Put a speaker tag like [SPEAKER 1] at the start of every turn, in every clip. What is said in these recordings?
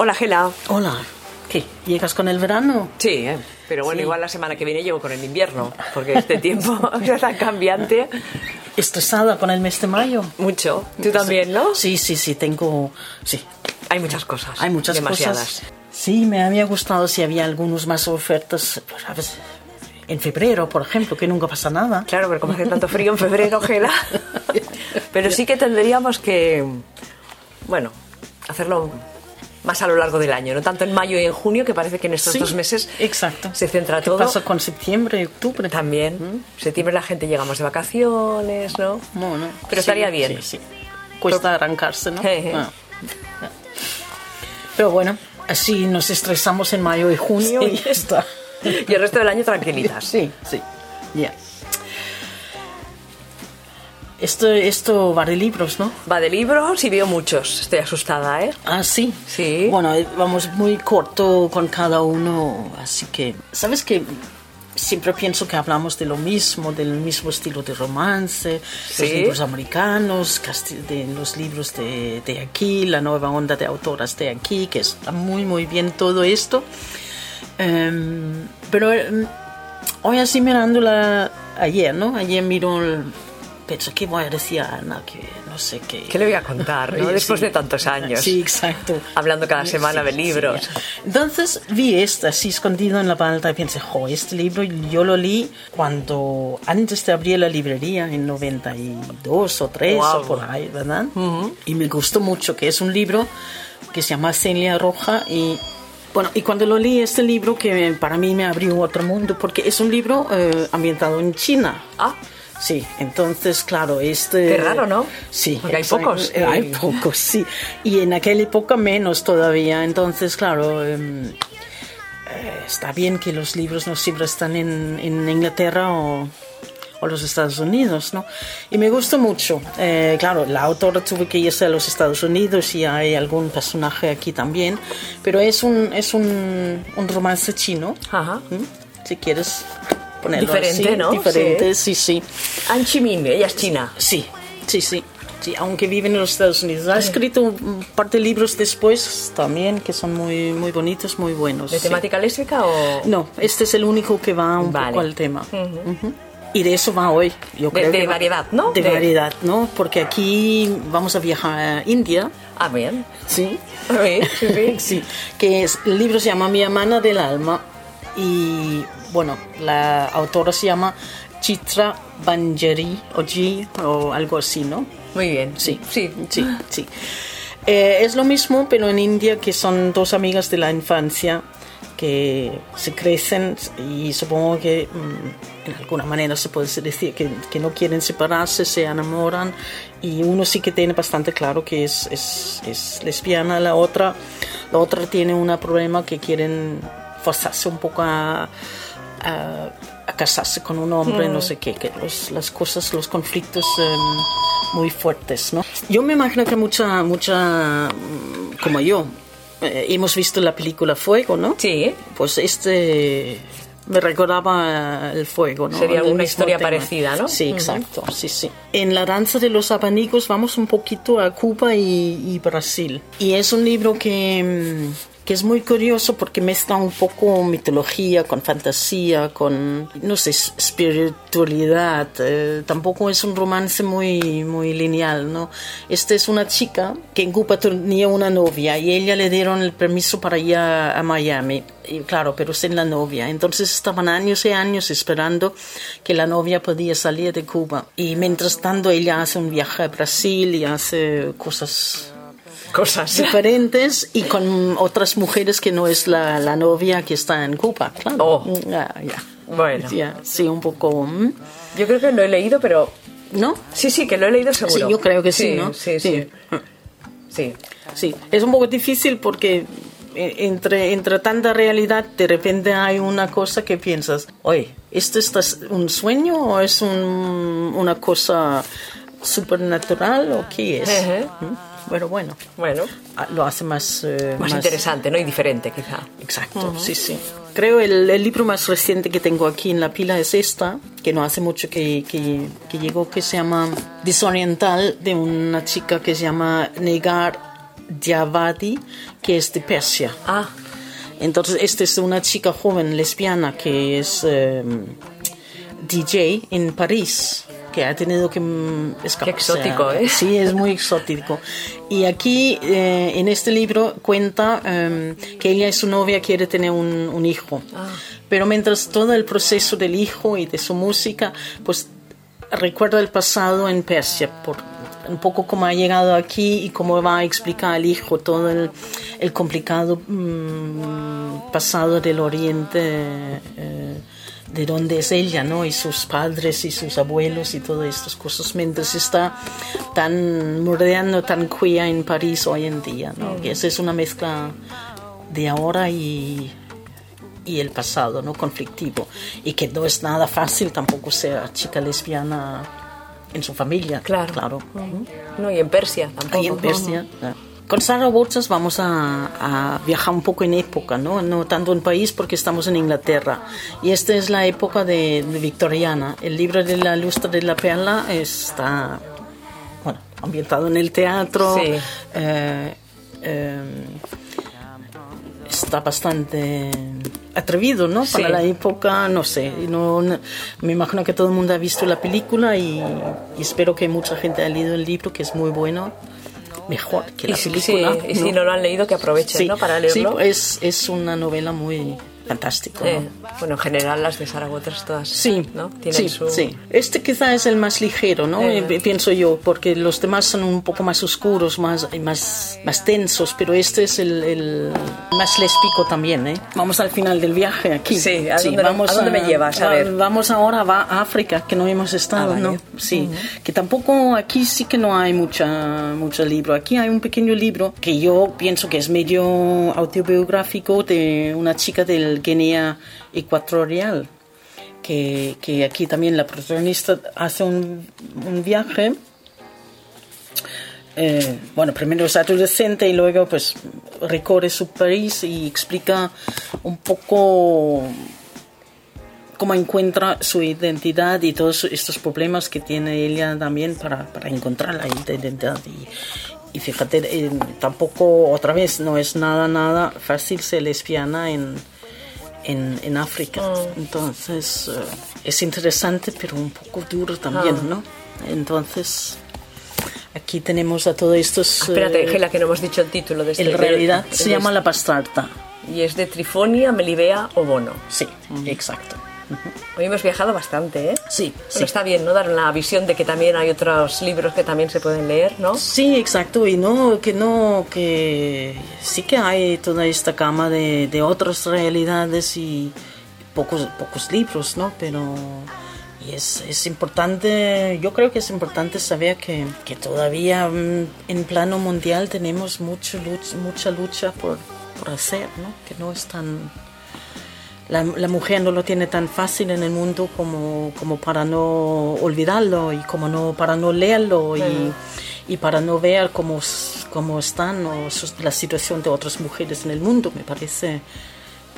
[SPEAKER 1] Hola, Gela.
[SPEAKER 2] Hola. ¿Qué? ¿Llegas con el verano?
[SPEAKER 1] Sí, eh, pero bueno,
[SPEAKER 2] Sí.
[SPEAKER 1] igual la semana que viene llego con el invierno, porque este tiempo es tan cambiante.
[SPEAKER 2] Estresada con el mes de mayo.
[SPEAKER 1] Mucho. Tú también, ¿no?
[SPEAKER 2] Sí, sí, sí, tengo... Sí,
[SPEAKER 1] Hay muchas cosas.
[SPEAKER 2] hay muchas
[SPEAKER 1] demasiadas.
[SPEAKER 2] cosas. Sí, me había gustado si había algunos más ofertas, pues, ¿sabes? En febrero, por ejemplo, que nunca pasa nada.
[SPEAKER 1] Claro, pero como hace tanto frío en febrero, Gela. Pero sí que tendríamos que, bueno, hacerlo más a lo largo del año, no tanto en mayo y en junio, que parece que en estos
[SPEAKER 2] Sí,
[SPEAKER 1] dos meses
[SPEAKER 2] exacto.
[SPEAKER 1] se centra todo.
[SPEAKER 2] ¿Qué pasa con septiembre y octubre?
[SPEAKER 1] También, septiembre la gente llega más de vacaciones, ¿no?
[SPEAKER 2] Bueno,
[SPEAKER 1] Pero estaría bien.
[SPEAKER 2] Sí, sí. Cuesta arrancarse, ¿no?
[SPEAKER 1] Jeje.
[SPEAKER 2] Ah. Pero bueno, así nos estresamos en mayo y junio y ya está.
[SPEAKER 1] Y el resto del año tranquilitas.
[SPEAKER 2] Sí, sí, ya. Esto, esto va de libros, ¿no?
[SPEAKER 1] Va de libros y veo muchos. Estoy asustada, ¿eh?
[SPEAKER 2] Ah, sí.
[SPEAKER 1] Sí.
[SPEAKER 2] Bueno, eh, vamos muy corto con cada uno, así que, ¿sabes que Siempre pienso que hablamos de lo mismo, del mismo estilo de romance, los
[SPEAKER 1] Sí.
[SPEAKER 2] libros americanos, casti- de los libros de, de aquí, la nueva onda de autoras de aquí, que está muy, muy bien todo esto. Em, pero em, hoy así mirando la... Ayer, ¿no? Ayer miro el... Pensé, ¿qué voy a decir a Ana? Que no sé qué...
[SPEAKER 1] ¿Qué le voy a contar, no?
[SPEAKER 2] Oye,
[SPEAKER 1] Después
[SPEAKER 2] sí.
[SPEAKER 1] de tantos años.
[SPEAKER 2] Sí, exacto.
[SPEAKER 1] Hablando cada semana de libros.
[SPEAKER 2] Entonces vi este así escondido en la palta y pensé, jo, este libro yo lo leí cuando antes de abrir la librería, en 92 o 3
[SPEAKER 1] Guau.
[SPEAKER 2] o por ahí, ¿verdad? Y me gustó mucho, que es un libro que se llama Celia Roja y... Bueno, y cuando lo leí este libro, que para mí me abrió otro mundo, porque es un libro eh, ambientado en China.
[SPEAKER 1] Ah,
[SPEAKER 2] Sí, entonces, claro,
[SPEAKER 1] Qué
[SPEAKER 2] este...
[SPEAKER 1] raro, ¿no?
[SPEAKER 2] Sí.
[SPEAKER 1] Porque hay
[SPEAKER 2] exacto.
[SPEAKER 1] pocos.
[SPEAKER 2] Eh, Hay pocos, sí. Y en aquella época menos todavía. Entonces, claro, em, eh, está bien que los libros no siempre están en, en Inglaterra o, o los Estados Unidos, ¿no? Y me gustó mucho. Eh, claro, la autora tuvo que irse a los Estados Unidos y hay algún personaje aquí también. Pero es un, es un, un romance chino.
[SPEAKER 1] ajá.
[SPEAKER 2] ¿Mm? Si quieres ponerlo
[SPEAKER 1] Diferente,
[SPEAKER 2] así,
[SPEAKER 1] ¿no?
[SPEAKER 2] Diferente, sí, sí.
[SPEAKER 1] An Chi Minh, ella es china.
[SPEAKER 2] Sí, sí, sí. Sí, aunque vive en los Estados Unidos. Ha escrito un par de libros después también que son muy, muy bonitos, muy buenos.
[SPEAKER 1] ¿De
[SPEAKER 2] sí.
[SPEAKER 1] temática lésbica o...?
[SPEAKER 2] No, este es el único que va un
[SPEAKER 1] Vale.
[SPEAKER 2] poco al tema. Ujú. Y de eso va hoy, yo
[SPEAKER 1] De-
[SPEAKER 2] creo.
[SPEAKER 1] de
[SPEAKER 2] que va-
[SPEAKER 1] variedad, ¿no?
[SPEAKER 2] De,
[SPEAKER 1] De-
[SPEAKER 2] variedad, ¿no? Porque aquí vamos a viajar a India,
[SPEAKER 1] Ah, bien.
[SPEAKER 2] ¿sí?
[SPEAKER 1] Sí, sí, sí.
[SPEAKER 2] Sí, que es, el libro se llama Mi hermana del alma y bueno, la autora se llama Chitra Banjari o G o algo así, ¿no?
[SPEAKER 1] Muy bien.
[SPEAKER 2] Sí,
[SPEAKER 1] Sí.
[SPEAKER 2] sí, sí. Eh, es lo mismo, pero en India, que son dos amigas de la infancia que se crecen y supongo que mm, en alguna manera se puede decir que, que no quieren separarse, se enamoran y uno sí que tiene bastante claro que es, es, es lesbiana, la otra, la otra tiene un problema que quieren forzarse un poco a, a, a casarse con un hombre, no sé qué, que los- las cosas, los conflictos em, muy fuertes, ¿no? Yo me imagino que mucha, mucha, mm, como yo, eh, hemos visto la película Fuego, ¿no?
[SPEAKER 1] Sí. ¿eh?
[SPEAKER 2] Pues este me recordaba el fuego, ¿no?
[SPEAKER 1] Sería
[SPEAKER 2] El
[SPEAKER 1] alguna
[SPEAKER 2] mismo
[SPEAKER 1] historia parecida, ¿no?
[SPEAKER 2] Sí,
[SPEAKER 1] Ujú.
[SPEAKER 2] exacto, sí, sí. En la danza de los abanicos vamos un poquito a Cuba y, y Brasil. Y es un libro que, mm, que es muy curioso porque mezcla un poco mitología con fantasía, con, no sé, s- espiritualidad. Eh, tampoco es un romance muy, muy lineal, ¿no? Esta es una chica que en Cuba tenía una novia y ella le dieron el permiso para ir a, a Miami. Y claro, pero sin la novia. Entonces estaban años y años esperando que la novia podía salir de Cuba. Y mientras tanto ella hace un viaje a Brasil y hace cosas
[SPEAKER 1] Cosas.
[SPEAKER 2] diferentes y con otras mujeres que no es la, la novia que está en Cuba, claro.
[SPEAKER 1] Oh.
[SPEAKER 2] Ah, ya.
[SPEAKER 1] Bueno.
[SPEAKER 2] Ya, sí, un poco... ¿m?
[SPEAKER 1] Yo creo que lo he leído, pero...
[SPEAKER 2] ¿No?
[SPEAKER 1] Sí, sí, que lo he leído seguro.
[SPEAKER 2] Sí, yo creo que sí, ¿no?
[SPEAKER 1] Sí, sí. Sí.
[SPEAKER 2] Sí, es un poco difícil porque eh, entre, entre tanta realidad de repente hay una cosa que piensas, oye, ¿esto es un sueño o es un- una cosa supernatural o qué es?
[SPEAKER 1] Ejé.
[SPEAKER 2] ¿Mm? Pero bueno,
[SPEAKER 1] Bueno,
[SPEAKER 2] ah, lo hace más... eh,
[SPEAKER 1] más interesante, ¿no? Y diferente, quizá. Mm.
[SPEAKER 2] Exacto, sí, sí. Creo el, el libro más reciente que tengo aquí en la pila es esta, que no hace mucho que, que, que llegó, que se llama Disoriental, de una chica que se llama Negar Diavadi, que es de Persia.
[SPEAKER 1] Ah,
[SPEAKER 2] Entonces, esta es una chica joven lesbiana que es eh, DJ en París, que ha tenido que mm, escaparse.
[SPEAKER 1] exótico, ¿eh?
[SPEAKER 2] Sí, es muy exótico. Y aquí, eh, en este libro, cuenta eh, que ella y su novia quiere tener un, un hijo.
[SPEAKER 1] Ah.
[SPEAKER 2] Pero mientras todo el proceso del hijo y de su música, pues recuerda el pasado en Persia, por un poco cómo ha llegado aquí y cómo va a explicar al hijo todo el, el complicado mm, pasado del Oriente, eh, de donde es ella, ¿no? Y sus padres y sus abuelos y todas estas cosas, mientras está tan mordeando, tan cuya en París hoy en día, ¿no? Que esa es una mezcla de ahora y y el pasado, ¿no? Conflictivo. Y que no es nada fácil tampoco ser chica lesbiana en su familia.
[SPEAKER 1] Claro.
[SPEAKER 2] Claro.
[SPEAKER 1] no, y en Persia tampoco.
[SPEAKER 2] Ahí en Persia. ¿no? Con Sara Borchas vamos a, a viajar un poco en época, ¿no? No tanto en país porque estamos en Inglaterra. Y esta es la época de, de victoriana. El libro de la lustra de la perla está, bueno, ambientado en el teatro.
[SPEAKER 1] Sí.
[SPEAKER 2] Eh, eh, está bastante atrevido, ¿no?
[SPEAKER 1] Sí.
[SPEAKER 2] Para la época, no sé. No, no- me imagino que todo el mundo ha visto la película y, y espero que mucha gente haya leído el libro, que es muy bueno. Mejor que
[SPEAKER 1] Y
[SPEAKER 2] la
[SPEAKER 1] si,
[SPEAKER 2] película.
[SPEAKER 1] sí, y si no lo han leído, que aprovechen,
[SPEAKER 2] Sí,
[SPEAKER 1] ¿no? Para
[SPEAKER 2] sí,
[SPEAKER 1] leerlo.
[SPEAKER 2] es, es una novela muy fantástica. ¿no?
[SPEAKER 1] Eh, bueno, en general las de Sarah Waters todas,
[SPEAKER 2] Sí,
[SPEAKER 1] ¿no? Tienen
[SPEAKER 2] sí,
[SPEAKER 1] su...
[SPEAKER 2] sí. Este quizá es el más ligero, ¿no?
[SPEAKER 1] Eh.
[SPEAKER 2] Eh, Pienso yo, porque los demás son un poco más oscuros, más, más, más tensos, pero este es el, el más lésbico también, ¿eh? Vamos al final del viaje aquí.
[SPEAKER 1] Sí, ¿a dónde- a dónde me llevas? A
[SPEAKER 2] va-
[SPEAKER 1] ver.
[SPEAKER 2] Vamos ahora va a África, que no hemos estado,
[SPEAKER 1] Ah, vale.
[SPEAKER 2] ¿no? Sí, que tampoco aquí sí que no hay mucha, mucho libro. Aquí hay un pequeño libro que yo pienso que es medio autobiográfico de una chica del Guinea Ecuatorial, que, que aquí también la protagonista hace un, un viaje. Eh, bueno, primero es adolescente y luego pues recorre su país y explica un poco cómo encuentra su identidad y todos estos problemas que tiene ella también para, para encontrar la identidad. Y, y fíjate, eh, tampoco, otra vez, no es nada, nada fácil ser lesbiana en, en, en África.
[SPEAKER 1] Ah.
[SPEAKER 2] Entonces, eh, es interesante, pero un poco duro también,
[SPEAKER 1] Ah.
[SPEAKER 2] ¿no? Entonces, aquí tenemos a todos estos...
[SPEAKER 1] Espérate,
[SPEAKER 2] eh,
[SPEAKER 1] Gela, que no hemos dicho el título de este...
[SPEAKER 2] en realidad
[SPEAKER 1] de-
[SPEAKER 2] se
[SPEAKER 1] de-
[SPEAKER 2] llama La Bastarda.
[SPEAKER 1] Y es de Trifonia, Melibea o Bono.
[SPEAKER 2] Sí, exacto.
[SPEAKER 1] Hoy hemos viajado bastante, ¿eh?
[SPEAKER 2] Sí,
[SPEAKER 1] Pero
[SPEAKER 2] sí.
[SPEAKER 1] está bien, ¿no? Dar una visión de que también hay otros libros que también se pueden leer, ¿no?
[SPEAKER 2] Sí, exacto, y no, que no, que sí que hay toda esta gama de, de otras realidades y pocos, pocos libros, ¿no? Pero y es, es importante, yo creo que es importante saber que, que todavía mm, en plano mundial tenemos mucho luch- mucha lucha por, por hacer, ¿no? Que no es tan... La, la mujer no lo tiene tan fácil en el mundo como, como para no olvidarlo y como no, para no leerlo y, y para no ver cómo, s- cómo están o sus- la situación de otras mujeres en el mundo. Me parece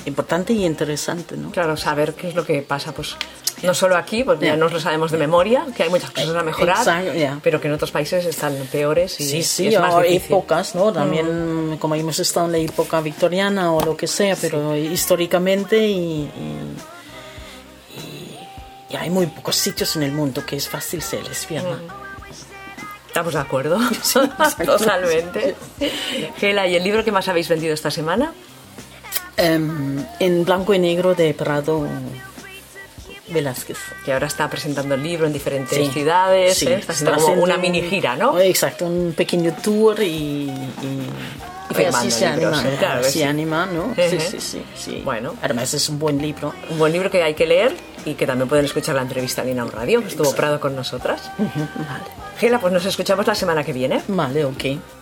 [SPEAKER 2] importante y interesante, ¿no?
[SPEAKER 1] Claro, saber qué es lo que pasa, pues no solo aquí, porque ya
[SPEAKER 2] Ya.
[SPEAKER 1] nos lo sabemos de memoria, que hay muchas cosas a mejorar,
[SPEAKER 2] Exacto, ya.
[SPEAKER 1] pero que en otros países están peores y,
[SPEAKER 2] Sí,
[SPEAKER 1] y
[SPEAKER 2] sí,
[SPEAKER 1] es más
[SPEAKER 2] ahora
[SPEAKER 1] difícil.
[SPEAKER 2] épocas, ¿no? También, como hemos estado en la época victoriana o lo que sea, pero históricamente y, y- y- y hay muy pocos sitios en el mundo que es fácil ser lesbiana.
[SPEAKER 1] Estamos de acuerdo, totalmente. Gela, ¿y el libro que más habéis vendido esta semana?
[SPEAKER 2] Em, en blanco y negro de Prado Velázquez.
[SPEAKER 1] Que ahora está presentando el libro en diferentes
[SPEAKER 2] Sí.
[SPEAKER 1] ciudades,
[SPEAKER 2] Sí,
[SPEAKER 1] ¿eh? está haciendo como
[SPEAKER 2] haciendo
[SPEAKER 1] una
[SPEAKER 2] un-
[SPEAKER 1] mini gira, ¿no?
[SPEAKER 2] Exacto, un pequeño tour y. y- y
[SPEAKER 1] Firmando
[SPEAKER 2] así se
[SPEAKER 1] libros,
[SPEAKER 2] anima,
[SPEAKER 1] claro que
[SPEAKER 2] se
[SPEAKER 1] sí.
[SPEAKER 2] anima, ¿no? Sí,
[SPEAKER 1] Ejé.
[SPEAKER 2] sí, sí, sí.
[SPEAKER 1] Bueno.
[SPEAKER 2] Además es un buen libro.
[SPEAKER 1] Un buen libro que hay que leer y que también pueden escuchar la entrevista en Inaun Radio, que estuvo Prado con nosotras.
[SPEAKER 2] Vale.
[SPEAKER 1] Gela, pues nos escuchamos la semana que viene.
[SPEAKER 2] Vale, ok.